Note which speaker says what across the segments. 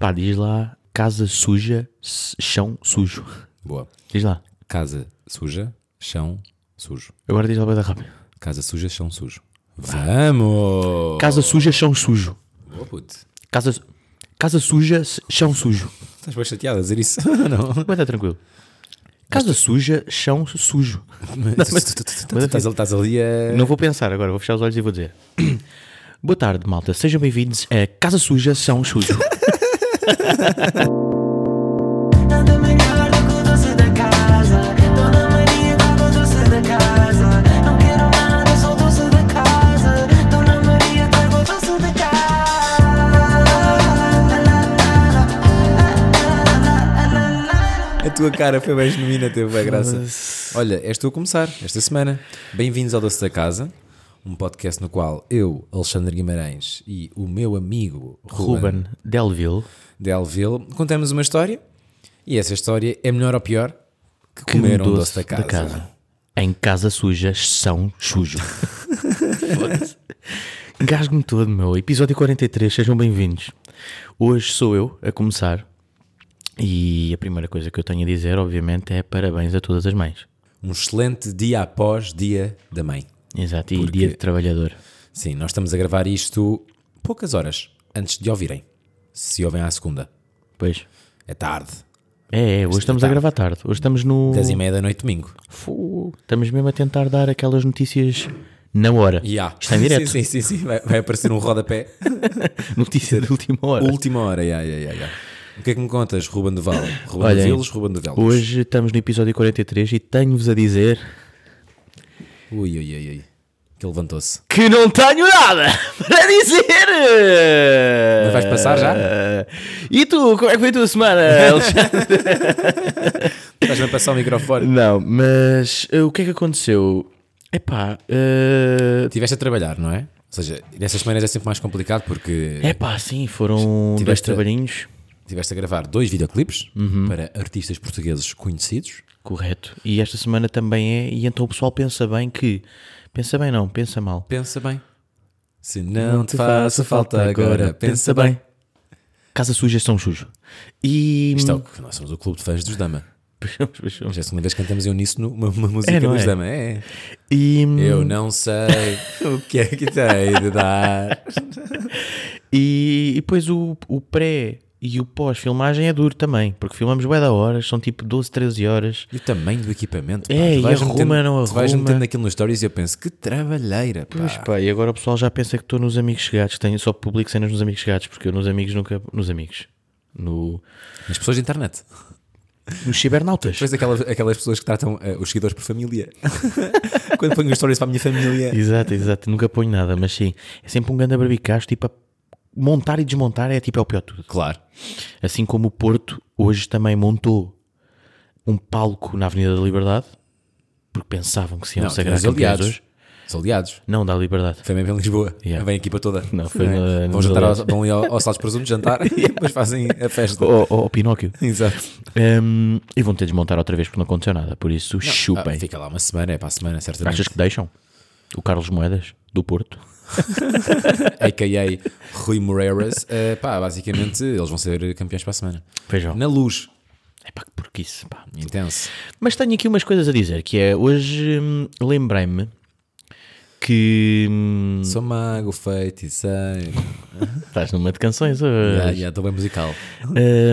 Speaker 1: Pá, diz lá casa suja, s- chão sujo.
Speaker 2: Boa.
Speaker 1: Diz lá.
Speaker 2: Casa suja, chão sujo.
Speaker 1: Agora diz lá bem rápido.
Speaker 2: Casa suja, chão sujo. Vamos!
Speaker 1: Casa suja, chão sujo.
Speaker 2: Boa, puto.
Speaker 1: Casa, su- casa suja, s- chão sujo.
Speaker 2: Estás bem chateado a dizer isso? não.
Speaker 1: Aguenta tá tranquilo. Casa suja, chão sujo.
Speaker 2: Mas, tu- tu- tu- tu- tu- estás, ali- estás ali a.
Speaker 1: Não vou pensar agora, vou fechar os olhos e vou dizer. Boa tarde, malta. Sejam bem-vindos a Casa Suja, São Sujo.
Speaker 3: Tanta melhor do que o doce da casa. Dona Maria dá o doce da casa. Não quero nada, só o doce da casa. Dona Maria traga o doce da casa.
Speaker 2: A tua cara foi bem genuína, teve bem graça. Olha, és tu a começar, esta semana. Bem-vindos ao Doce da Casa, um podcast no qual eu, Alexandre Guimarães, e o meu amigo Ruben,
Speaker 1: Ruben Delville.
Speaker 2: Delville contamos uma história. E essa história é melhor ou pior que,
Speaker 1: que
Speaker 2: comer
Speaker 1: um
Speaker 2: um doce da casa.
Speaker 1: Em casa suja, são sujo. Foda-se. Engasgo-me todo, meu. Episódio 43, sejam bem-vindos. Hoje sou eu a começar. E a primeira coisa que eu tenho a dizer, obviamente, é parabéns a todas as mães.
Speaker 2: Um excelente dia após dia da mãe.
Speaker 1: Exato, e dia de trabalhador.
Speaker 2: Sim, nós estamos a gravar isto poucas horas antes de ouvirem. Se ouvem à segunda.
Speaker 1: Pois.
Speaker 2: É tarde.
Speaker 1: É, é, hoje estamos a
Speaker 2: tarde.
Speaker 1: gravar tarde. Hoje estamos no.
Speaker 2: Dez e meia da noite, domingo.
Speaker 1: Fogo. Estamos mesmo a tentar dar aquelas notícias na hora.
Speaker 2: E há.
Speaker 1: Está em direto.
Speaker 2: Sim, sim, sim. sim. Vai, vai aparecer um rodapé.
Speaker 1: Notícia de última hora.
Speaker 2: Última hora. Ya, ya, ya, ya. O que é que me contas, Ruben Duval? Ruben
Speaker 1: Olhem,
Speaker 2: de Vilos, Ruben de Velos.
Speaker 1: Hoje estamos no episódio 43 e tenho-vos a dizer
Speaker 2: Ui, ui, ui, ui. Que levantou-se.
Speaker 1: que não tenho nada para dizer!
Speaker 2: Mas vais passar já?
Speaker 1: E tu, como é que foi a tua semana, Alexandre?
Speaker 2: Estás-me a passar o microfone.
Speaker 1: não, mas eh, o que é que aconteceu? Epá, eh,
Speaker 2: Estiveste a trabalhar, não é? Ou seja, nessas semanas é sempre mais complicado porque
Speaker 1: epá, sim, foram
Speaker 2: Tiveste-
Speaker 1: dois trabalhinhos,
Speaker 2: estiveste a gravar dois videoclipes para artistas portugueses conhecidos.
Speaker 1: correto. E esta semana também é, e então o pessoal pensa bem que... Pensa bem não, pensa mal.
Speaker 2: Pensa bem. Se não te faço falta agora, pensa bem.
Speaker 1: Casa suja, são sujo. E...
Speaker 2: Isto é o que nós somos o clube de fãs dos Dama. Já é a segunda vez que cantamos em uníssono uma, uma música
Speaker 1: Hum. É, Hum. não
Speaker 2: dos
Speaker 1: é?
Speaker 2: Dama. É.
Speaker 1: E,
Speaker 2: Eu não sei o que é que tem de dar.
Speaker 1: e, e depois o, o pré e o pós-filmagem é duro também, porque filmamos bué da horas, são tipo 12, 13 horas.
Speaker 2: E o tamanho do equipamento. pá.
Speaker 1: É,
Speaker 2: Tu
Speaker 1: e
Speaker 2: vais
Speaker 1: arruma,
Speaker 2: metendo-
Speaker 1: não
Speaker 2: Tu vais
Speaker 1: arruma.
Speaker 2: metendo aquilo nos stories e eu penso, que trabalheira, pá.
Speaker 1: Pois pá, e agora o pessoal já pensa que estou nos amigos chegados, tenho só publico cenas nos amigos chegados, porque eu nos amigos nunca. Nos amigos. No,
Speaker 2: As pessoas da internet.
Speaker 1: nos cibernautas.
Speaker 2: Depois aquelas, aquelas pessoas que tratam eh, os seguidores por família. Quando ponho os stories para a minha família.
Speaker 1: Exato, exato, nunca ponho nada, mas sim, é sempre um grande barbicaço, tipo, a montar e desmontar é tipo é o pior de tudo.
Speaker 2: Claro.
Speaker 1: Assim como o Porto hoje também montou um palco na Avenida da Liberdade, porque pensavam que se iam
Speaker 2: Não,
Speaker 1: sagrar
Speaker 2: os
Speaker 1: campeões
Speaker 2: aliados.
Speaker 1: hoje.
Speaker 2: Os aliados.
Speaker 1: Não, da Liberdade.
Speaker 2: Foi mesmo em Lisboa.
Speaker 1: Yeah.
Speaker 2: Vem a equipa toda.
Speaker 1: Não, foi
Speaker 2: É.
Speaker 1: na-
Speaker 2: vão,
Speaker 1: nos
Speaker 2: jantar
Speaker 1: aliados.
Speaker 2: ao, vão ali ao, ao Salles Presunto jantar e depois fazem a festa.
Speaker 1: Ou ou- ou Pinóquio.
Speaker 2: Exato.
Speaker 1: Hum, e vão ter de desmontar outra vez porque não aconteceu nada. Por isso, chupem.
Speaker 2: Ah, fica lá uma semana, é para a semana, certamente.
Speaker 1: Achas que deixam? O Carlos Moedas, do Porto.
Speaker 2: AKA Rui Moreiras. eh, pá, basicamente eles vão ser campeões para a semana.
Speaker 1: Vejam.
Speaker 2: Na luz.
Speaker 1: É pá, que porquice, pá.
Speaker 2: Intenso.
Speaker 1: Mas tenho aqui umas coisas a dizer, que é, hoje hum, lembrei-me que... hum,
Speaker 2: Sou mago, feiticeiro.
Speaker 1: estás numa de canções hoje.
Speaker 2: Estou yeah, yeah, tô bem musical.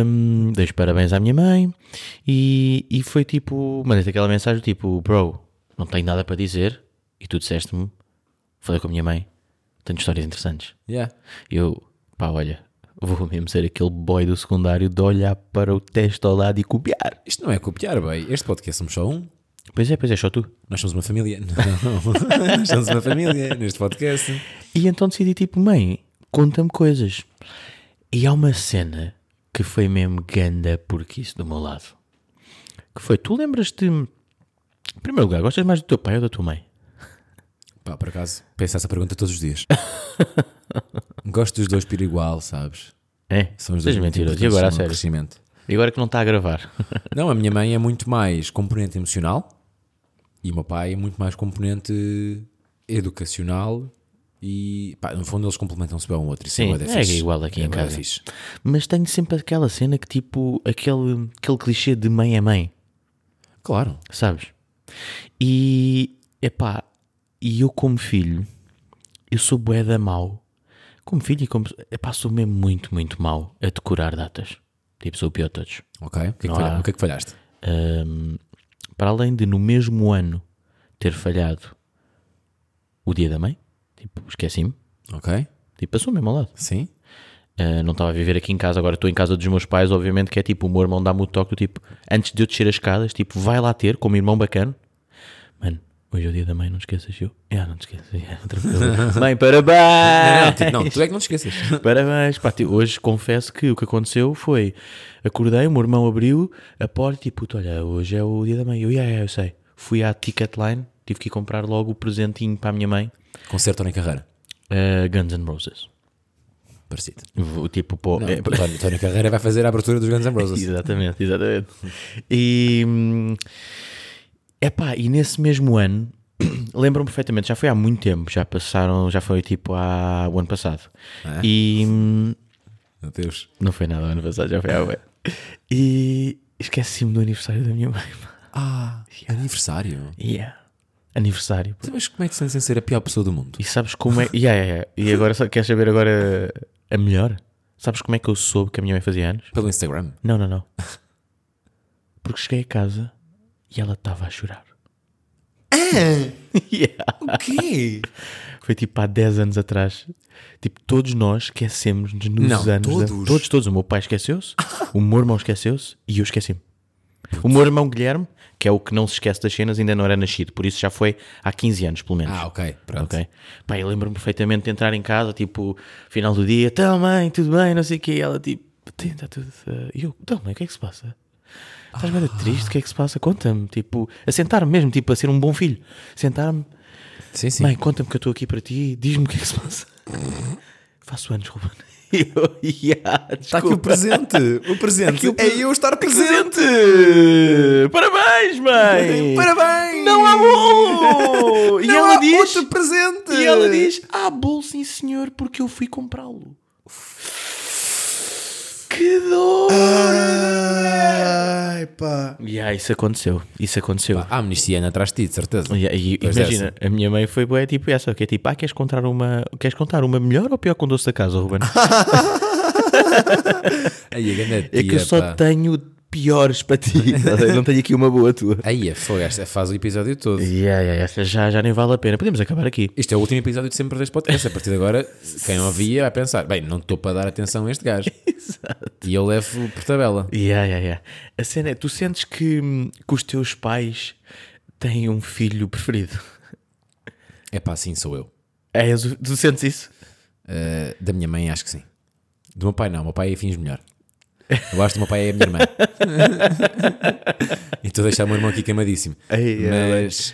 Speaker 1: Hum, deixo parabéns à minha mãe e, e foi tipo, mandei-te aquela mensagem tipo, bro, não tenho nada para dizer e tu disseste-me, falei com a minha mãe, tenho histórias interessantes.
Speaker 2: Yeah.
Speaker 1: Eu, pá, olha, vou mesmo ser aquele boy do secundário de olhar para o teste ao lado e copiar.
Speaker 2: Isto não é copiar, bem. Este podcast somos só um.
Speaker 1: Pois é, pois é, só tu.
Speaker 2: Nós somos uma família. Não, nós somos uma família neste podcast.
Speaker 1: E então decidi tipo, mãe, conta-me coisas. E há uma cena que foi mesmo ganda porque isso do meu lado. Que foi, tu lembras-te, em primeiro lugar, gostas mais do teu pai ou da tua mãe?
Speaker 2: Pá, por acaso, penso essa pergunta todos os dias. Gosto dos dois por igual, sabes?
Speaker 1: É,
Speaker 2: São os dois
Speaker 1: seja
Speaker 2: muito
Speaker 1: mentiroso. E
Speaker 2: importantes
Speaker 1: agora, a
Speaker 2: no
Speaker 1: sério?
Speaker 2: crescimento.
Speaker 1: E agora que não está a gravar?
Speaker 2: Não, a minha mãe é muito mais componente emocional e o meu pai é muito mais componente educacional E pá, no fundo eles complementam-se bem um ao outro. Isso
Speaker 1: Sim,
Speaker 2: bué da
Speaker 1: é
Speaker 2: fixe.
Speaker 1: igual aqui em
Speaker 2: bué da
Speaker 1: casa.
Speaker 2: fixe.
Speaker 1: Mas tenho sempre aquela cena que tipo, aquele, aquele clichê de mãe é mãe,
Speaker 2: Claro.
Speaker 1: sabes? E, epá, e eu como filho, eu sou bué da mau. Como filho e como... Epá, sou mesmo muito, muito mau a decorar datas. Tipo, sou o pior de todos.
Speaker 2: Ok. O que é que,
Speaker 1: Não
Speaker 2: falha-
Speaker 1: há-
Speaker 2: o que, é que falhaste?
Speaker 1: Ahm, para além de no mesmo ano ter falhado o dia da mãe, tipo, esqueci-me,
Speaker 2: Ok.
Speaker 1: tipo, passou mesmo ao lado.
Speaker 2: Sim.
Speaker 1: Ah, não estava a viver aqui em casa, agora estou em casa dos meus pais, obviamente que é tipo, o meu irmão dá-me o toque, do tipo, antes de eu descer as escadas, tipo, vai lá ter, como irmão bacana. Mano, hoje é o dia da mãe, não te esqueças, eu? Ah, não te esqueças, yeah, tranquilo. mãe,
Speaker 2: Não, não,
Speaker 1: parabéns!
Speaker 2: tipo, não, tu é que não te esqueças.
Speaker 1: Parabéns, pá, ti- hoje confesso que o que aconteceu foi acordei, o meu irmão abriu a porta e tipo, puto, olha, hoje é o dia da mãe. Eu, yeah, yeah, eu sei. Fui à Ticketline, tive que ir comprar logo o presentinho para a minha mãe,
Speaker 2: Concerto Tony Carreira.
Speaker 1: eh, Guns N' Roses.
Speaker 2: Parecido.
Speaker 1: Vou, tipo, pô,
Speaker 2: Não,
Speaker 1: é-
Speaker 2: Tony, Tony Carreira vai fazer a abertura dos Guns N' Roses.
Speaker 1: exatamente, exatamente. E é pá, e nesse mesmo ano, lembram me perfeitamente, já foi há muito tempo, já passaram, já foi tipo há o ano passado. E hum,
Speaker 2: Meu Deus.
Speaker 1: Não foi nada o ano passado, já foi há bué. E esqueci-me do aniversário da minha mãe. pá.
Speaker 2: Ah, aniversário.
Speaker 1: Yeah. Aniversário. pá.
Speaker 2: Mas como é que se sentes em ser a pior pessoa do mundo?
Speaker 1: E sabes como é. Yeah, yeah, yeah. E agora só- queres saber agora a melhor? Sabes como é que eu soube que a minha mãe fazia anos?
Speaker 2: Pelo Instagram.
Speaker 1: Não, não, não. Porque cheguei a casa e ela estava a chorar. Yeah.
Speaker 2: O quê?
Speaker 1: Foi tipo há 10 anos atrás. Tipo, todos nós esquecemos-nos nos
Speaker 2: Não,
Speaker 1: anos. da-
Speaker 2: todos.
Speaker 1: todos, todos. O meu pai esqueceu-se, o meu irmão esqueceu-se e eu esqueci-me. O meu irmão Guilherme, que é o que não se esquece das cenas, ainda não era nascido, por isso já foi há 15 anos, pelo menos.
Speaker 2: Ah, ok. Pronto.
Speaker 1: Ok? Pá, eu lembro-me perfeitamente de entrar em casa, tipo, final do dia, então mãe, tudo bem, não sei o quê. E ela, tipo, tenta tudo. eh, E eu, então mãe, o que é que se passa? Estás bem
Speaker 2: Ah.
Speaker 1: triste? O que é que se passa? Conta-me, tipo, a sentar-me mesmo, tipo, a ser um bom filho. Sentar-me,
Speaker 2: Sim, sim.
Speaker 1: Mãe, conta-me que eu estou aqui para ti, diz-me o que é que se passa. Faço anos, Ruben. E Eu, yeah,
Speaker 2: Está tá aqui o presente. O presente.
Speaker 1: o
Speaker 2: é eu estar presente.
Speaker 1: presente! Parabéns, mãe!
Speaker 2: Parabéns.
Speaker 1: Não há bolo! e,
Speaker 2: Não
Speaker 1: ela
Speaker 2: há
Speaker 1: diz,
Speaker 2: outro presente.
Speaker 1: e ela diz: Há bolo, sim senhor, porque eu fui comprá-lo. Que dor!
Speaker 2: Ah. Ai, pá.
Speaker 1: Yeah, isso aconteceu, isso aconteceu.
Speaker 2: Há amnistia Ana atrás de ti, de certeza.
Speaker 1: E- e-
Speaker 2: Pois é,
Speaker 1: imagina, a minha mãe foi boa, tipo essa, que é tipo, ah, queres contar uma, queres contar uma melhor ou pior com doce da casa, Ruben?
Speaker 2: Aí, a grande tia,
Speaker 1: É que eu só
Speaker 2: pá.
Speaker 1: tenho piores para ti. estás a ver? não tenho aqui uma boa tua.
Speaker 2: Aí, foi, é esta faz o episódio todo.
Speaker 1: Yeah, yeah, essa já, já nem vale a pena. Podemos acabar aqui.
Speaker 2: Este é o último episódio de sempre deste podcast. A partir de agora, quem ouvia vai pensar: bem, não estou para dar atenção a este gajo. E eu levo por tabela.
Speaker 1: Yeah, yeah, yeah. A cena é, tu sentes que, hum, que os teus pais têm um filho preferido?
Speaker 2: É pá, sim, sou eu.
Speaker 1: É, és o- tu sentes isso?
Speaker 2: Uh, da minha mãe, acho que sim. Do meu pai, não. O meu pai é fins melhor. Eu acho que o meu pai é a minha irmã. e estou a deixar o meu irmão aqui queimadíssimo.
Speaker 1: Ai, ai,
Speaker 2: mas,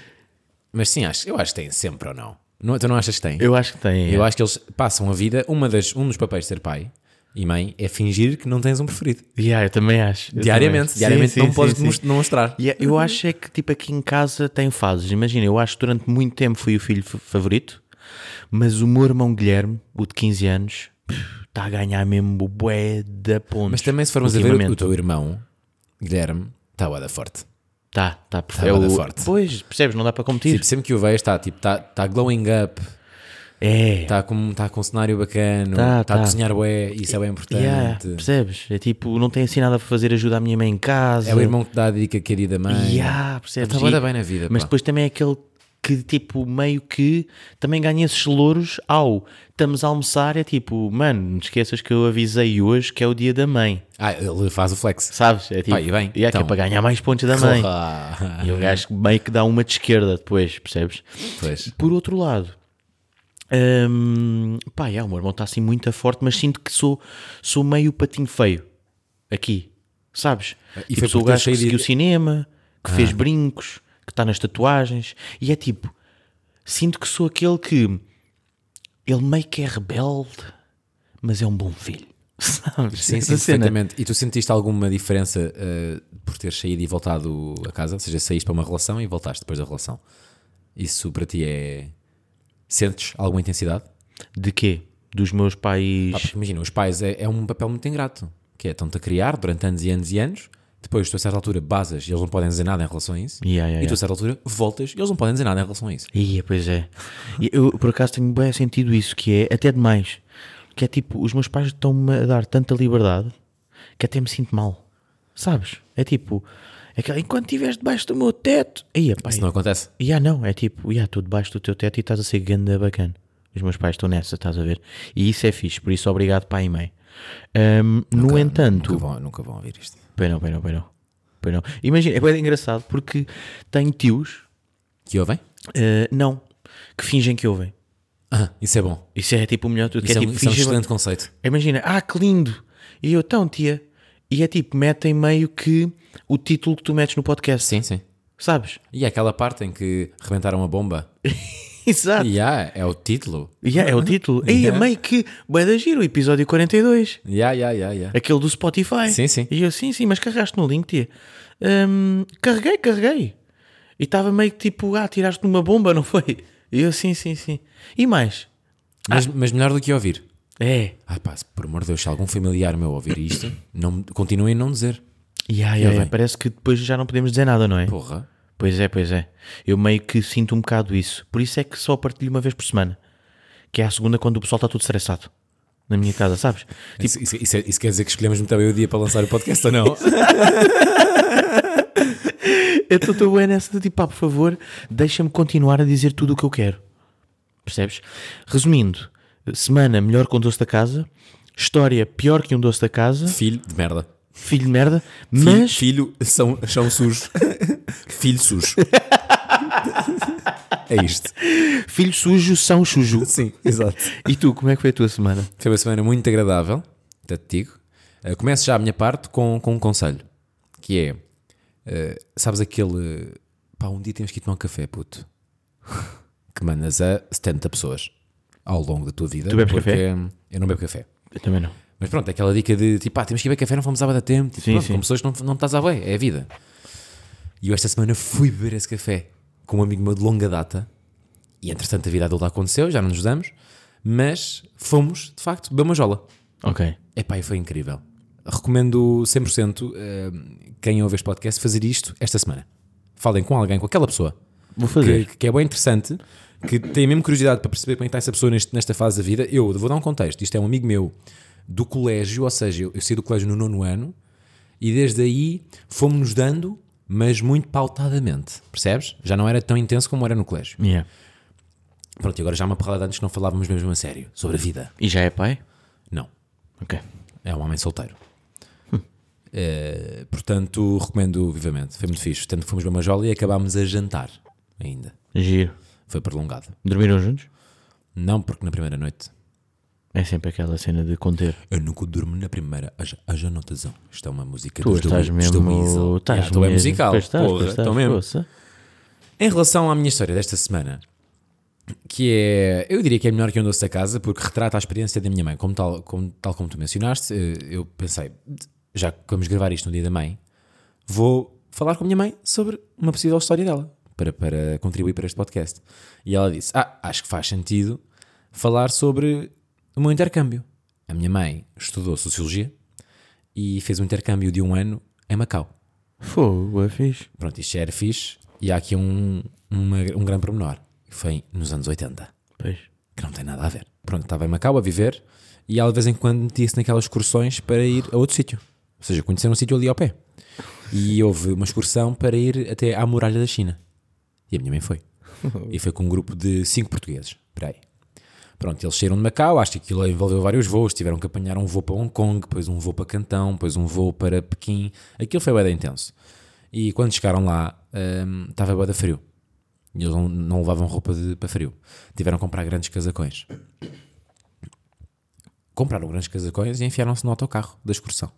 Speaker 2: mas sim, acho, eu acho que tem sempre ou não. não tu não achas que tem?
Speaker 1: Eu acho que têm. é.
Speaker 2: Eu
Speaker 1: yeah.
Speaker 2: acho que eles passam a vida. Uma das, um dos papéis de ser pai e mãe é fingir que não tens um preferido.
Speaker 1: Yeah, eu também acho. Eu também
Speaker 2: Diariamente,
Speaker 1: acho.
Speaker 2: diariamente
Speaker 1: Sim,
Speaker 2: não
Speaker 1: sim,
Speaker 2: podes
Speaker 1: sim,
Speaker 2: mos- não mostrar.
Speaker 1: Yeah, eu acho é que tipo aqui em casa tem fases. Imagina, eu acho que durante muito tempo fui o filho fa- favorito, mas o meu irmão Guilherme, o de 15 anos, está a ganhar mesmo o bué da ponta.
Speaker 2: Mas também se formos a ver o teu irmão, Guilherme, está a da forte.
Speaker 1: Tá, tá,
Speaker 2: Tá
Speaker 1: é
Speaker 2: bué da
Speaker 1: o...
Speaker 2: forte.
Speaker 1: Pois, percebes, não dá para competir.
Speaker 2: Tipo, sempre que o vejo está tipo, tá, tá glowing up,
Speaker 1: é,
Speaker 2: está com, tá com um cenário bacana, está
Speaker 1: Tá,
Speaker 2: a
Speaker 1: tá.
Speaker 2: cozinhar bué, isso é bem importante.
Speaker 1: yeah, percebes? É tipo, não tem assim nada para fazer, ajuda a minha mãe em casa.
Speaker 2: É o irmão que te dá a dica querida mãe.
Speaker 1: Yeah, percebes?
Speaker 2: Está bué da
Speaker 1: E-
Speaker 2: bem na vida,
Speaker 1: Mas
Speaker 2: pá.
Speaker 1: depois também é aquele que, tipo, meio que também ganha esses louros ao estamos a almoçar. É tipo, mano, não te esqueças que eu avisei hoje que é o dia da mãe,
Speaker 2: Ah, ele faz o flex.
Speaker 1: sabes? É tipo,
Speaker 2: Pá, e bem,
Speaker 1: yeah, que
Speaker 2: então.
Speaker 1: é para ganhar mais pontos da mãe.
Speaker 2: Porra.
Speaker 1: E o gajo meio que dá uma de esquerda depois, percebes?
Speaker 2: Pois.
Speaker 1: Por outro lado. hum, pá, é, o meu irmão está assim muito forte, mas sinto que sou, sou meio patinho feio aqui, sabes?
Speaker 2: E Ah.
Speaker 1: E
Speaker 2: foi
Speaker 1: tipo, sou o
Speaker 2: porque
Speaker 1: gajo que
Speaker 2: tens saído-
Speaker 1: seguiu cinema, que fez brincos, que está nas tatuagens, e é tipo, sinto que sou aquele que ele meio que é rebelde, mas é um bom filho, sabes?
Speaker 2: Sim, sim,
Speaker 1: Essa cena.
Speaker 2: perfeitamente. E tu sentiste alguma diferença eh, por ter saído e voltado a casa? Ou seja, saíste para uma relação e voltaste depois da relação. Isso para ti é. Sentes alguma intensidade?
Speaker 1: De quê? Dos meus pais.
Speaker 2: Pá, porque imagina, os pais é, é um papel muito ingrato, que é estão-te a criar durante anos e anos e anos, depois tu a certa altura basas e eles não podem dizer nada em relação a isso,
Speaker 1: Yeah, yeah,
Speaker 2: e
Speaker 1: yeah.
Speaker 2: tu a certa altura voltas e eles não podem dizer nada em relação a isso.
Speaker 1: Ia, pois é. E Eu, por acaso, tenho bem sentido isso, que é até demais. Que é tipo, os meus pais estão-me a dar tanta liberdade que até me sinto mal. Sabes? É tipo, é aquela, enquanto estiveres debaixo do meu teto. Ia, pá,
Speaker 2: Isso não acontece.
Speaker 1: e ah, não, é tipo, yeah, tu debaixo do teu teto e estás a ser ganda bacana. Os meus pais estão nessa, estás a ver? E isso é fixe, por isso obrigado pai e mãe. Ahm, no entanto,
Speaker 2: Nunca vão, nunca vão ouvir isto.
Speaker 1: pois não, pois não, pois não, pois não. Imagina, é bem engraçado porque tenho tios,
Speaker 2: Que ouvem?
Speaker 1: ah, não, que fingem que ouvem.
Speaker 2: Ah, isso é bom.
Speaker 1: Isso é tipo o melhor de tudo, que
Speaker 2: Isso,
Speaker 1: é,
Speaker 2: é, um-
Speaker 1: tipo,
Speaker 2: isso é um
Speaker 1: fingem-
Speaker 2: excelente conceito.
Speaker 1: Imagina, ah, que lindo! E eu, então, tia, e é tipo, metem meio que o título que tu metes no podcast,
Speaker 2: Sim, sim.
Speaker 1: sabes?
Speaker 2: E é aquela parte em que rebentaram a bomba.
Speaker 1: Exato.
Speaker 2: E há, é o título.
Speaker 1: Yeah, é o título. Ei,
Speaker 2: Yeah.
Speaker 1: amei que. Bué da giro, episódio 42.
Speaker 2: Ya, ya, ya, ya.
Speaker 1: Aquele do Spotify.
Speaker 2: Sim, sim.
Speaker 1: E eu, sim, sim, mas carregaste no link, tia. Hum, carreguei, carreguei. E estava meio que tipo, ah, tiraste uma bomba, não foi? E eu, sim, sim, sim. E mais?
Speaker 2: Mas, mas melhor do que ouvir.
Speaker 1: É.
Speaker 2: Ah, pá, se, por amor de Deus, se algum familiar meu ouvir isto, não, continuem a não dizer.
Speaker 1: Yeah, yeah,
Speaker 2: Eu
Speaker 1: yeah.
Speaker 2: bem.
Speaker 1: Parece que depois já não podemos dizer nada, não é?
Speaker 2: Porra.
Speaker 1: Pois é, pois é. Eu meio que sinto um bocado isso. Por isso é que só partilho uma vez por semana. Que é a segunda quando o pessoal está tudo estressado. Na minha casa, sabes?
Speaker 2: Isso, isso- isso é- isso quer dizer que escolhemos muito bem o dia para lançar o podcast ou não?
Speaker 1: Eu estou bem nessa de tipo, pá, por favor, deixa-me continuar a dizer tudo o que eu quero. Percebes? Resumindo, semana melhor com doce da casa, história pior que um doce da casa,
Speaker 2: Filho de merda.
Speaker 1: filho de merda,
Speaker 2: Filho-
Speaker 1: mas.
Speaker 2: Filho, são, são sujos. Filho sujo. é isto.
Speaker 1: Filho sujo são chuju.
Speaker 2: Sim, exato.
Speaker 1: E tu, como é que foi a tua semana?
Speaker 2: Foi uma semana muito agradável, até te digo. Eh, começo já a minha parte com, com um conselho, que é, eh, sabes aquele, pá, um dia temos que ir tomar um café, puto, que mandas a 70 pessoas ao longo da tua vida.
Speaker 1: Tu bebes
Speaker 2: porque,
Speaker 1: café?
Speaker 2: hum, Eu não bebo café.
Speaker 1: Eu também não.
Speaker 2: Mas pronto, é aquela dica de, tipo, pá, temos que ir beber café, não fomos à da tempo, tipo,
Speaker 1: Sim,
Speaker 2: pronto,
Speaker 1: sim.
Speaker 2: com pessoas que não, não estás à bem, é a vida. E eu esta semana fui beber esse café com um amigo meu de longa data, e entretanto a vida adulta aconteceu, já não nos damos, mas fomos, de facto, beber uma jola.
Speaker 1: Ok.
Speaker 2: Epá, e foi incrível. Recomendo 100% eh, quem ouve este podcast fazer isto esta semana. Falem com alguém, com aquela pessoa,
Speaker 1: Vou
Speaker 2: que,
Speaker 1: fazer.
Speaker 2: que é bem interessante, que tem mesmo curiosidade para perceber como é que está essa pessoa neste- nesta fase da vida. Eu vou dar um contexto. Isto é um amigo meu do colégio, ou seja, eu, eu saí do colégio no nono ano e desde aí fomos-nos dando, mas muito pautadamente, percebes? Já não era tão intenso como era no colégio.
Speaker 1: Yeah.
Speaker 2: Pronto, e agora já há uma parada antes que não falávamos mesmo a sério sobre a vida.
Speaker 1: E já é pai?
Speaker 2: Não.
Speaker 1: Ok.
Speaker 2: É um homem solteiro. Eh, portanto, recomendo vivamente. Foi muito fixe. Portanto, fomos beber uma jola e acabámos a jantar ainda.
Speaker 1: Giro.
Speaker 2: Foi prolongado.
Speaker 1: Dormiram juntos?
Speaker 2: Não porque na primeira noite.
Speaker 1: É sempre aquela cena de conter.
Speaker 2: Eu nunca durmo na primeira. Haja, haja notação. Isto é uma música
Speaker 1: Tu
Speaker 2: dos The
Speaker 1: estás
Speaker 2: Wee- dos The
Speaker 1: mesmo.
Speaker 2: Weasel.
Speaker 1: Estás
Speaker 2: Yeah, estou é
Speaker 1: mesmo-
Speaker 2: musical.
Speaker 1: Pois estás,
Speaker 2: porra,
Speaker 1: pois estás,
Speaker 2: estou mesmo.
Speaker 1: poça.
Speaker 2: Em relação à minha história desta semana, que é, eu diria que é melhor que um doce da casa, porque retrata a experiência da minha mãe. Como tal como, tal como tu mencionaste, eh, eu pensei, já que vamos gravar isto no dia da mãe, vou falar com a minha mãe sobre uma possível história dela, para, para contribuir para este podcast. E ela disse, ah, acho que faz sentido falar sobre o meu intercâmbio. A minha mãe estudou Sociologia e fez um intercâmbio de um ano em Macau.
Speaker 1: Fogo, é fixe.
Speaker 2: Pronto, isto já era fixe. E há aqui um, uma- um grande pormenor. que Foi nos anos 80,
Speaker 1: Pois.
Speaker 2: que não tem nada a ver. Pronto, estava em Macau a viver e ela de vez em quando metia-se naquelas excursões para ir a outro sítio. Ou seja, conhecer um sítio ali ao pé. E houve uma excursão para ir até à muralha da China. E a minha mãe foi. E foi com um grupo de cinco portugueses. Espera aí. Pronto, eles saíram de Macau, acho que aquilo envolveu vários voos, tiveram que apanhar um voo para Hong Kong, depois um voo para Cantão, depois um voo para Pequim. Aquilo foi bem intenso. E quando chegaram lá, hum, estava bué da frio. E eles não, não levavam roupa de- para frio. Tiveram que comprar grandes casacões. Compraram grandes casacões e enfiaram-se no autocarro da excursão.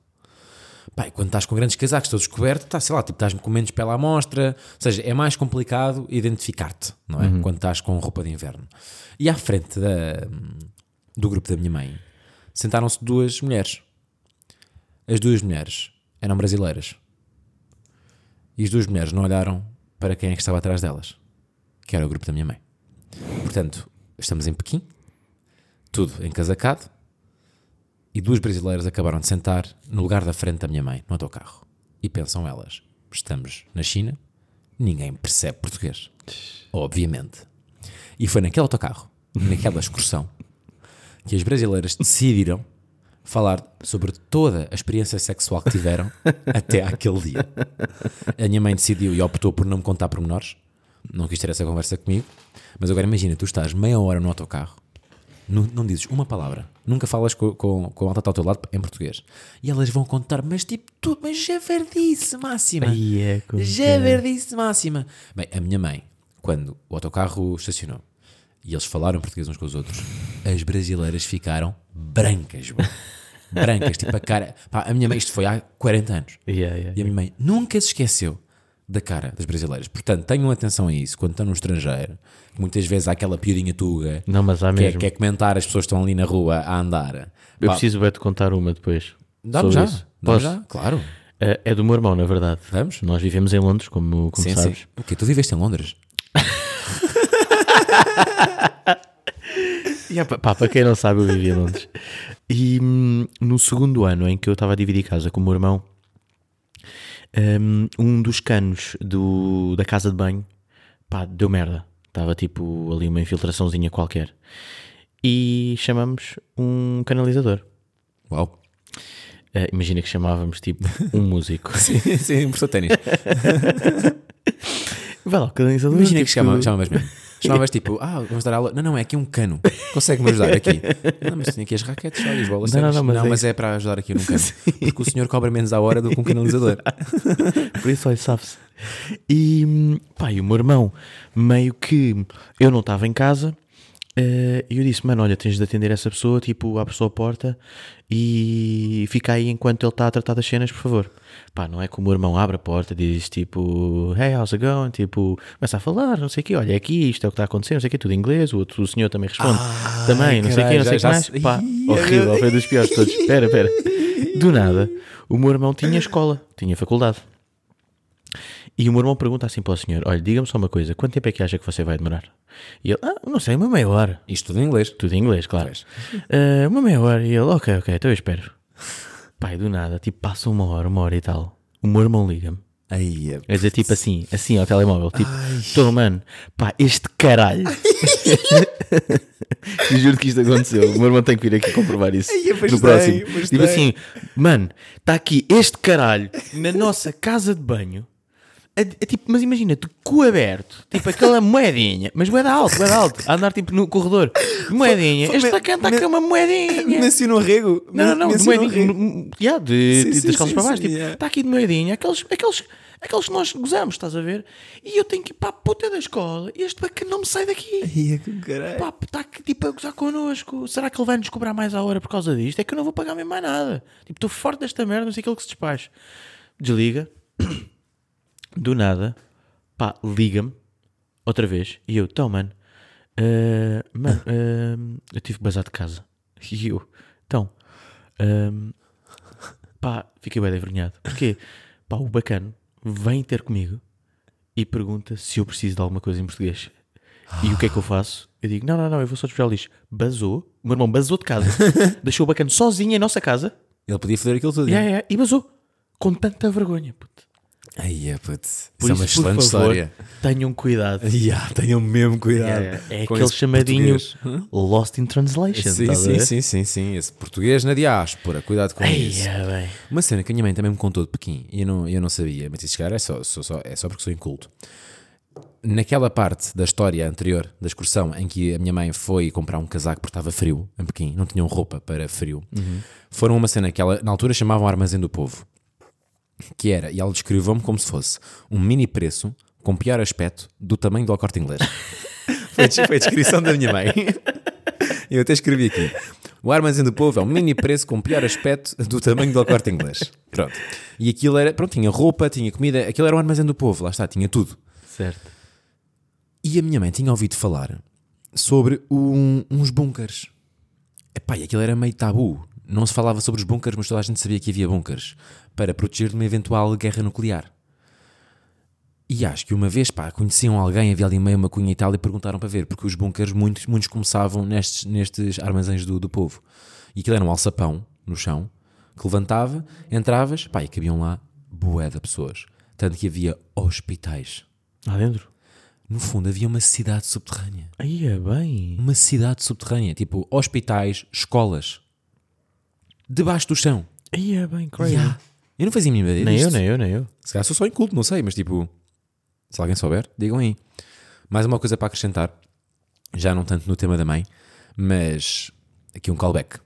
Speaker 2: Pai, quando estás com grandes casacos, todos cobertos, estás, sei lá, tipo, estás com menos pele à mostra. Ou seja, é mais complicado identificar-te, não é? Quando estás com roupa de inverno. E à frente da, do grupo da minha mãe, sentaram-se duas mulheres. As duas mulheres eram brasileiras. E as duas mulheres não olharam para quem é que estava atrás delas, que era o grupo da minha mãe. Portanto, estamos em Pequim, tudo encasacado, e duas brasileiras acabaram de sentar no lugar da frente da minha mãe, no autocarro. E pensam elas, estamos na China, ninguém percebe português. Obviamente. E foi naquele autocarro, naquela excursão, que as brasileiras decidiram falar sobre toda a experiência sexual que tiveram até aquele dia. A minha mãe decidiu e optou por não me contar pormenores, não quis ter essa conversa comigo, mas agora imagina, tu estás meia hora no autocarro, não, não dizes uma palavra, nunca falas com, com, com a alta ao teu lado em português, e elas vão contar, mas tipo, tudo, mas já verdice máxima.
Speaker 1: Ai, é, como
Speaker 2: Já verdice máxima. Bem, a minha mãe, quando o autocarro estacionou e eles falaram português uns com os outros, as brasileiras ficaram brancas, bro. brancas, tipo a cara. Pá, a minha mãe, isto foi há 40 anos.
Speaker 1: Yeah, yeah.
Speaker 2: E a minha mãe nunca se esqueceu da cara das brasileiras. Portanto, tenham atenção a isso quando estão no estrangeiro. que Muitas vezes há aquela piadinha tuga
Speaker 1: Não, mas há
Speaker 2: que é,
Speaker 1: mesmo.
Speaker 2: que é comentar as pessoas que estão ali na rua a andar.
Speaker 1: Eu
Speaker 2: Pá,
Speaker 1: preciso bem te contar uma depois.
Speaker 2: Dá-me
Speaker 1: sobre
Speaker 2: já,
Speaker 1: isso.
Speaker 2: dá-me
Speaker 1: Posso?
Speaker 2: já, claro.
Speaker 1: Eh, é do meu irmão, na verdade.
Speaker 2: Vamos?
Speaker 1: Nós vivemos em Londres, como, como
Speaker 2: Sim,
Speaker 1: sabes.
Speaker 2: sim. O quê? Tu viveste em Londres?
Speaker 1: E, ah, pá, pá, para quem não sabe, eu vivi em Londres. E hum, no segundo ano em que eu estava a dividir casa com o meu irmão, hum, um dos canos do, da casa de banho pá, deu merda. Estava tipo ali uma infiltraçãozinha qualquer. E chamamos um canalizador.
Speaker 2: Uau.
Speaker 1: Eh, imagina que chamávamos tipo um músico.
Speaker 2: Sim,
Speaker 1: um
Speaker 2: sim, professor de ténis.
Speaker 1: Vai lá, o canalizador.
Speaker 2: Imagina
Speaker 1: tipo,
Speaker 2: que chama- chamavas mesmo. Chamavas tipo, ah, vamos dar aula. Não, não, é aqui um cano. Consegue-me ajudar aqui? Não, mas tenho aqui as raquetes só, e as bolas.
Speaker 1: Não, não,
Speaker 2: cenas.
Speaker 1: não, mas é
Speaker 2: é para ajudar aqui num cano. Porque o senhor cobra menos à hora do que um canalizador.
Speaker 1: Por isso, olha, sabe-se. E, hum, pá, e o meu irmão, meio que eu não estava em casa, eh, e eu disse: Mano, olha, tens de atender essa pessoa, tipo, abre só a porta e fica aí enquanto ele está a tratar das cenas, por favor. Pá, não é que o meu irmão abre a porta, diz tipo: Hey, how's it going? Tipo, começa a falar, não sei o quê, olha, é aqui, isto é o que está a acontecer, não sei o quê, tudo em inglês. O outro o senhor também responde, também, não sei o quê, não
Speaker 2: caralho,
Speaker 1: sei o que
Speaker 2: Ah, já- já
Speaker 1: mais.
Speaker 2: se-
Speaker 1: Pá,
Speaker 2: Ih,
Speaker 1: horrível, foi dos piores de todos. Espera, espera. Do nada, o meu irmão tinha escola, tinha faculdade. E o meu irmão pergunta assim para o senhor: Olha, diga-me só uma coisa, quanto tempo é que acha que você vai demorar? E ele: Ah, não sei, uma meia hora.
Speaker 2: Isto tudo em inglês.
Speaker 1: Tudo em inglês, claro.
Speaker 2: Pois.
Speaker 1: "Ah, uma meia hora. E ele: Ok, ok, então eu espero. Pai, do nada, tipo, passa uma hora, uma hora e tal. O meu irmão liga-me.
Speaker 2: Aí é.
Speaker 1: É dizer, tipo assim, assim ao telemóvel, tipo, estou, mano, pá, este caralho. Eu juro que isto aconteceu. O meu irmão tem que vir aqui comprovar isso
Speaker 2: Ai, pois
Speaker 1: no
Speaker 2: tem,
Speaker 1: próximo.
Speaker 2: pois
Speaker 1: tipo
Speaker 2: tem.
Speaker 1: assim, mano, está aqui este caralho na nossa casa de banho. É, é tipo, mas imagina, de cu aberto, tipo aquela moedinha, mas moeda alto, moeda alto, a andar tipo no corredor, moedinha,
Speaker 2: foi-
Speaker 1: este está a cantar
Speaker 2: me-
Speaker 1: aqui uma moedinha.
Speaker 2: Mencionou rego.
Speaker 1: Não, não, não, de moedinha. m- m- yeah, de,
Speaker 2: assim, é. Sim,
Speaker 1: de-
Speaker 2: sim,
Speaker 1: das calças
Speaker 2: sim,
Speaker 1: para baixo.
Speaker 2: sim,
Speaker 1: tipo,
Speaker 2: yeah.
Speaker 1: Está aqui de moedinha. Aqueles, aqueles, aqueles que nós gozamos, estás a ver? E eu tenho que ir para a puta da escola e este bacana não me sai daqui.
Speaker 2: Aí é que caralho.
Speaker 1: Pá, está aqui tipo a gozar connosco. Será que ele vai nos cobrar mais à hora por causa disto? É que eu não vou pagar mesmo mais nada. Tipo, estou forte desta merda, não sei aquilo que se despacha. Desliga. Do nada. Pá, liga-me. Outra vez. E eu, então, mano. eh, mano, eh, eu tive que bazar de casa. E eu, então. Ahm, pá, fiquei bem envergonhado. Porquê? Pá, o bacano vem ter comigo e pergunta se eu preciso de alguma coisa em português. E o que é
Speaker 2: Ah.
Speaker 1: que eu faço? Eu digo, não, não, não, eu vou só despejar o lixo. Basou, o meu irmão basou de casa, deixou o bacano sozinho em nossa casa
Speaker 2: Ele podia fazer aquilo tudo.
Speaker 1: e, é, é, e basou. Com tanta vergonha, puto.
Speaker 2: Aí é, putz.
Speaker 1: Por
Speaker 2: Isso é uma
Speaker 1: isso, por
Speaker 2: excelente
Speaker 1: favor,
Speaker 2: história.
Speaker 1: tenham cuidado.
Speaker 2: Aí, ah, tenham mesmo cuidado.
Speaker 1: É, é
Speaker 2: com
Speaker 1: aquele
Speaker 2: esse
Speaker 1: chamadinho
Speaker 2: português. Hã?
Speaker 1: Lost in Translation.
Speaker 2: Sim,
Speaker 1: estás a
Speaker 2: sim,
Speaker 1: ver?
Speaker 2: sim, sim, sim. Esse português na diáspora, cuidado com
Speaker 1: Ai,
Speaker 2: isso.
Speaker 1: é, bem.
Speaker 2: Uma cena que a minha mãe também me contou de Pequim e eu não, eu não sabia, mas isso, cara, é só, só- só- é só porque sou inculto. Naquela parte da história anterior da excursão em que a minha mãe foi comprar um casaco porque estava frio em Pequim, não tinham roupa para frio, foram a uma cena que ela, na altura chamavam Armazém do Povo, que era, e ela descreveu-me como se fosse um mini preço com pior aspecto do tamanho do Al corte inglês. foi, a des- foi a descrição da minha mãe. Eu até escrevi aqui. O armazém do povo é um mini preço com pior aspecto do tamanho do corte inglês. Pronto. E aquilo era, pronto, tinha roupa, tinha comida, aquilo era o armazém do povo, lá está, tinha tudo.
Speaker 1: Certo.
Speaker 2: E a minha mãe tinha ouvido falar sobre um- uns bunkers. Epá, e aquilo era meio tabu. Não se falava sobre os bunkers, mas toda a gente sabia que havia bunkers para proteger de uma eventual guerra nuclear. E acho que uma vez, pá, conheciam alguém, havia ali meio uma cunha e tal, e perguntaram para ver, porque os bunkers, muitos, muitos começavam nestes, nestes armazéns do, do povo. E aquilo era um alçapão no chão, que levantava, entravas, pá, e cabiam lá bué de pessoas. Tanto que havia hospitais.
Speaker 1: Lá dentro.
Speaker 2: No fundo, havia uma cidade subterrânea.
Speaker 1: Aí é bem.
Speaker 2: Uma cidade subterrânea, tipo hospitais, escolas. Debaixo do chão.
Speaker 1: Aí é bem, crazy.
Speaker 2: Ya. Eu não fazia a mínima ideia
Speaker 1: Nem
Speaker 2: disto.
Speaker 1: eu, nem eu, nem eu.
Speaker 2: Se calhar sou só inculto, não sei, mas tipo, se alguém souber, digam aí. Mais uma coisa para acrescentar, já não tanto no tema da mãe, mas aqui um callback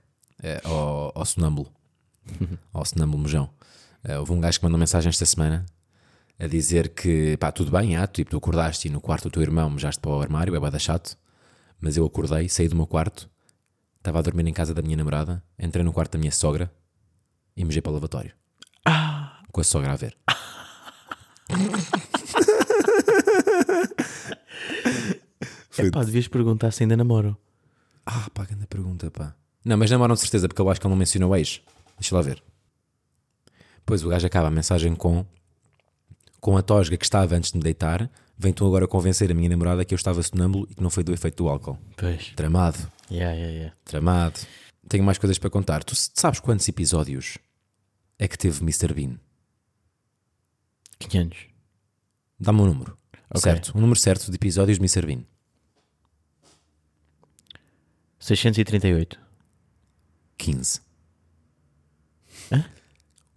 Speaker 2: eh, ao, ao sonâmbulo, ao sonâmbulo mojão. Eh, houve um gajo que mandou mensagem esta semana a dizer que, pá, tudo bem, ah, tipo, tu acordaste e no quarto do teu irmão mojaste para o armário, é bada chato, mas eu acordei, saí do meu quarto, estava a dormir em casa da minha namorada, entrei no quarto da minha sogra e mojei para o lavatório. Com a sogra a ver.
Speaker 1: É pá, devias perguntar se ainda namoram.
Speaker 2: Ah, pá, grande pergunta, pá. Não, mas namoram de certeza, porque eu acho que ele não mencionou o ex. Deixa lá ver. Pois o gajo acaba a mensagem com com a tosga que estava antes de me deitar, vem tu agora convencer a minha namorada que eu estava sonâmbulo e que não foi do efeito do álcool.
Speaker 1: Pois.
Speaker 2: Tramado,
Speaker 1: Yeah, yeah, yeah.
Speaker 2: tramado. Tenho mais coisas para contar. Tu s- sabes quantos episódios é que teve Mr. Bean?
Speaker 1: 500.
Speaker 2: Dá-me um número.
Speaker 1: Ok.
Speaker 2: Certo, um número certo de episódios de Mr. Bean.
Speaker 1: 638.
Speaker 2: 15.
Speaker 1: Hã?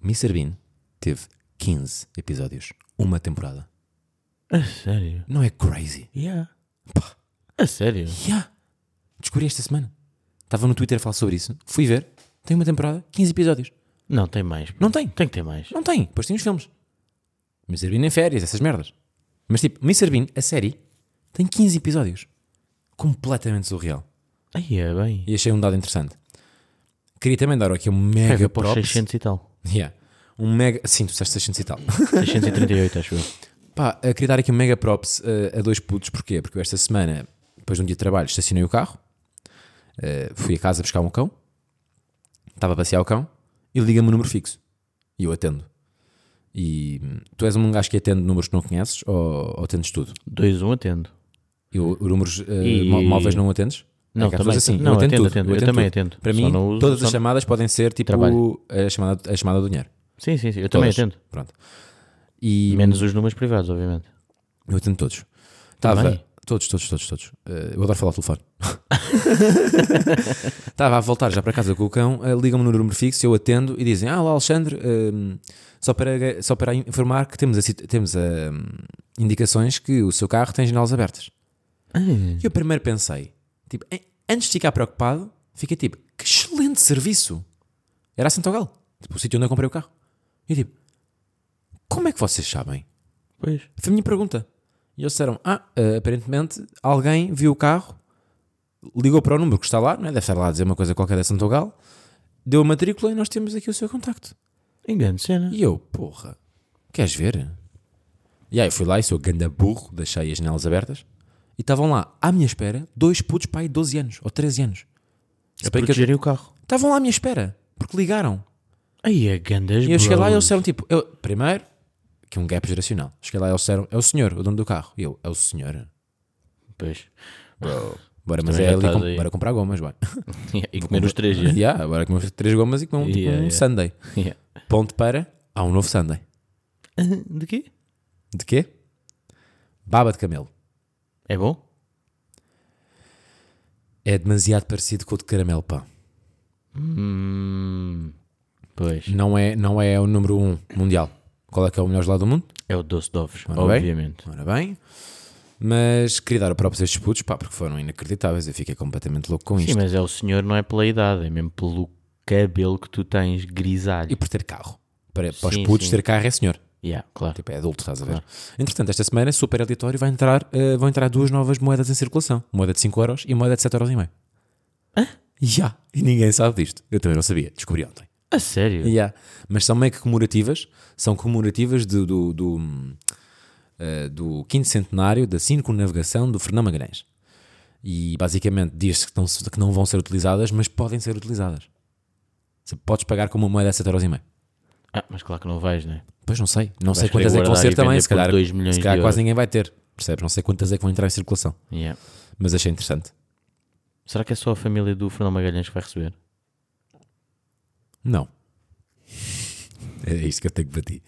Speaker 2: Mr. Bean teve 15 episódios. Uma temporada.
Speaker 1: A sério?
Speaker 2: Não é crazy?
Speaker 1: Yeah. A sério?
Speaker 2: Yeah. Descobri esta semana. Estava no Twitter a falar sobre isso. Fui ver. Tem uma temporada, 15 episódios.
Speaker 1: Não, tem mais. pô.
Speaker 2: Não tem.
Speaker 1: Tem que ter mais.
Speaker 2: Não tem. Depois tem os filmes. Mr. Bean em férias, essas merdas. Mas tipo, Mr. Bean, a série, tem 15 episódios. Completamente surreal.
Speaker 1: Aí é bem.
Speaker 2: E achei um dado interessante. Queria também dar aqui um mega
Speaker 1: Pega para os
Speaker 2: props.
Speaker 1: 600 e tal.
Speaker 2: Yeah. Um mega. Sim, tu disseste 600 e tal.
Speaker 1: 638, acho eu.
Speaker 2: Pá, eh, queria dar aqui um mega props eh, a dois putos, porquê? Porque eu esta semana, depois de um dia de trabalho, estacionei o carro, eh, fui a casa buscar um cão, estava a passear o cão e liga-me o número fixo. E eu atendo. E hum, tu és um gajo que atende números que não conheces ou, ou atendes tudo?
Speaker 1: 2, 1 atendo.
Speaker 2: Eu, números eh,
Speaker 1: E-
Speaker 2: mó- móveis não atendes?
Speaker 1: Não,
Speaker 2: É que há pessoas
Speaker 1: também-
Speaker 2: assim,
Speaker 1: não,
Speaker 2: eu atendo,
Speaker 1: atendo,
Speaker 2: tudo,
Speaker 1: atendo.
Speaker 2: eu
Speaker 1: Eu também atendo.
Speaker 2: Para
Speaker 1: Só
Speaker 2: mim,
Speaker 1: não uso-
Speaker 2: todas as
Speaker 1: só-
Speaker 2: chamadas podem ser tipo
Speaker 1: Trabalho.
Speaker 2: a chamada, a chamada do dinheiro.
Speaker 1: Sim, sim, sim. Eu também
Speaker 2: Todas.
Speaker 1: atendo.
Speaker 2: Pronto. E
Speaker 1: Menos os números privados, obviamente.
Speaker 2: Eu atendo todos. Estava.
Speaker 1: Também?
Speaker 2: Todos, todos, todos, todos. Eh, eu adoro falar ao telefone. Estava a voltar já para casa com o cão, eh, ligam-me no número fixo, eu atendo e dizem: Ah, lá, Alexandre, ehm, só, para, só para informar que temos, a sit- temos ehm, indicações que o seu carro tem janelas abertas. E eu primeiro pensei, tipo, eh, antes de ficar preocupado, fiquei tipo, que excelente serviço! Era a Santogal, tipo, o sítio onde eu comprei o carro. E eu tipo, como é que vocês sabem?
Speaker 1: Pois.
Speaker 2: Foi a minha pergunta. E eles disseram: Ah, eh, aparentemente alguém viu o carro, ligou para o número que está lá, não é? deve estar lá a dizer uma coisa qualquer da Santogal, deu a matrícula e nós temos aqui o seu contacto.
Speaker 1: Engano cena.
Speaker 2: E eu, porra, queres ver? E aí fui lá e sou ganda burro, deixei as janelas abertas e estavam lá, à minha espera, dois putos pai de 12 anos ou 13 anos.
Speaker 1: A
Speaker 2: Se bem que eu-
Speaker 1: protegerem o carro.
Speaker 2: Estavam lá à minha espera, porque ligaram.
Speaker 1: Aí é gandas,
Speaker 2: E eu cheguei lá e
Speaker 1: bros.
Speaker 2: eles disseram tipo, eu, primeiro, que é um gap geracional. Cheguei lá e eles disseram, é o senhor, o dono do carro. E eu, é o senhor.
Speaker 1: Pois.
Speaker 2: Bora, mas
Speaker 1: Também
Speaker 2: é
Speaker 1: já
Speaker 2: ali,
Speaker 1: estás
Speaker 2: com-
Speaker 1: aí.
Speaker 2: bora comprar gomas, vai.
Speaker 1: e comer os 3 dias.
Speaker 2: yeah, bora comer três gomas e comer um, tipo,
Speaker 1: Yeah,
Speaker 2: um
Speaker 1: yeah.
Speaker 2: Sunday.
Speaker 1: Yeah.
Speaker 2: Ponto para, há um novo Sunday.
Speaker 1: De quê?
Speaker 2: De quê? Baba de camelo.
Speaker 1: É bom?
Speaker 2: É demasiado parecido com o de caramelo, pá.
Speaker 1: Hum, pois.
Speaker 2: Não é, não é o número um mundial. Qual é que é o melhor gelado do mundo?
Speaker 1: É o doce de ovos,
Speaker 2: Ora bem.
Speaker 1: obviamente.
Speaker 2: Ora bem. Mas queria dar o próprio a estes putos, pá, porque foram inacreditáveis. Eu fiquei completamente louco com
Speaker 1: Sim,
Speaker 2: isto.
Speaker 1: mas é o senhor, não é pela idade, é mesmo pelo cabelo que tu tens grisalho.
Speaker 2: E por ter carro. Para, para os
Speaker 1: Sim,
Speaker 2: putos
Speaker 1: sim.
Speaker 2: ter carro é senhor.
Speaker 1: Yeah, claro.
Speaker 2: Tipo, é adulto, estás a ver? Entretanto, esta semana, super aleatório, vai entrar, eh, vão entrar duas novas moedas em circulação. Moeda de 5€ euros e moeda de 7,5€. Hã? Já. E ninguém sabe disto. Eu também não sabia. Descobri ontem.
Speaker 1: A sério?
Speaker 2: Já. Mas são meio que comemorativas. São comemorativas do, do, do, hum, eh, do quinto centenário da circunnavegação do Fernão Magalhães. E basicamente diz-se que, não se- que não vão ser utilizadas, mas podem ser utilizadas. Você podes pagar com uma moeda de 7,5€.
Speaker 1: Ah, mas claro que não vais, né?
Speaker 2: Pois Pois não sei. Não sei
Speaker 1: querer
Speaker 2: quantas é que vão
Speaker 1: guardar
Speaker 2: ser
Speaker 1: e
Speaker 2: também.
Speaker 1: vender
Speaker 2: Se
Speaker 1: por
Speaker 2: calhar,
Speaker 1: dois milhões
Speaker 2: se calhar
Speaker 1: de
Speaker 2: quase
Speaker 1: euros.
Speaker 2: ninguém vai ter. Percebes? Não sei quantas é que vão entrar em circulação.
Speaker 1: Yeah.
Speaker 2: Mas achei interessante.
Speaker 1: Será que é só a família do Fernando Magalhães que vai receber?
Speaker 2: Não. É isto que eu tenho para ti.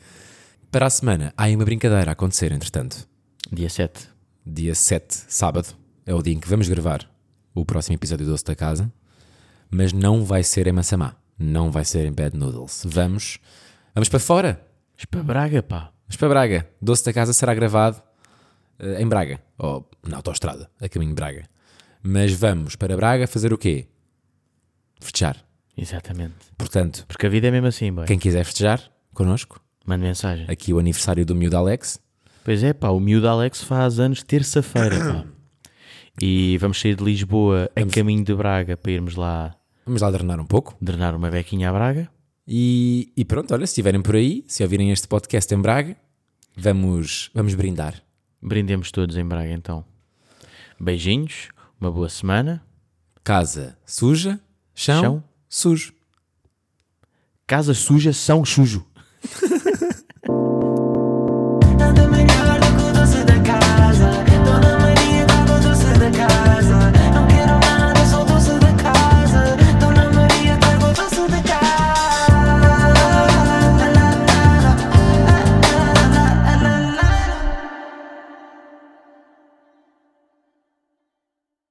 Speaker 2: Para a semana, há aí uma brincadeira a acontecer, entretanto.
Speaker 1: Dia 7.
Speaker 2: Dia 7, sábado, é o dia em que vamos gravar o próximo episódio do Doce da Casa. Mas não vai ser em Massamá. Não vai ser em Bad Noodles. Vamos. Vamos para fora!
Speaker 1: Mas para Braga, pá.
Speaker 2: Mas para Braga, Doce da Casa será gravado eh, em Braga, ou na autoestrada, a caminho de Braga. Mas vamos para Braga fazer o quê? Festejar.
Speaker 1: Exatamente.
Speaker 2: Portanto,
Speaker 1: Porque a vida é mesmo assim, boy.
Speaker 2: quem quiser festejar connosco,
Speaker 1: Manda mensagem.
Speaker 2: aqui o aniversário do miúdo Alex,
Speaker 1: Pois é, pá. O miúdo Alex faz anos terça-feira, pá. E vamos sair de Lisboa a caminho de Braga para irmos lá
Speaker 2: vamos lá drenar um pouco.
Speaker 1: drenar uma bequinha à Braga.
Speaker 2: E, e pronto, olha, se estiverem por aí, se ouvirem este podcast em Braga, vamos, vamos brindar.
Speaker 1: Brindemos todos em Braga, então. Beijinhos, uma boa semana.
Speaker 2: Casa suja, chão,
Speaker 1: Chão.
Speaker 2: sujo.
Speaker 1: Casa suja, são sujo.
Speaker 3: Nada melhor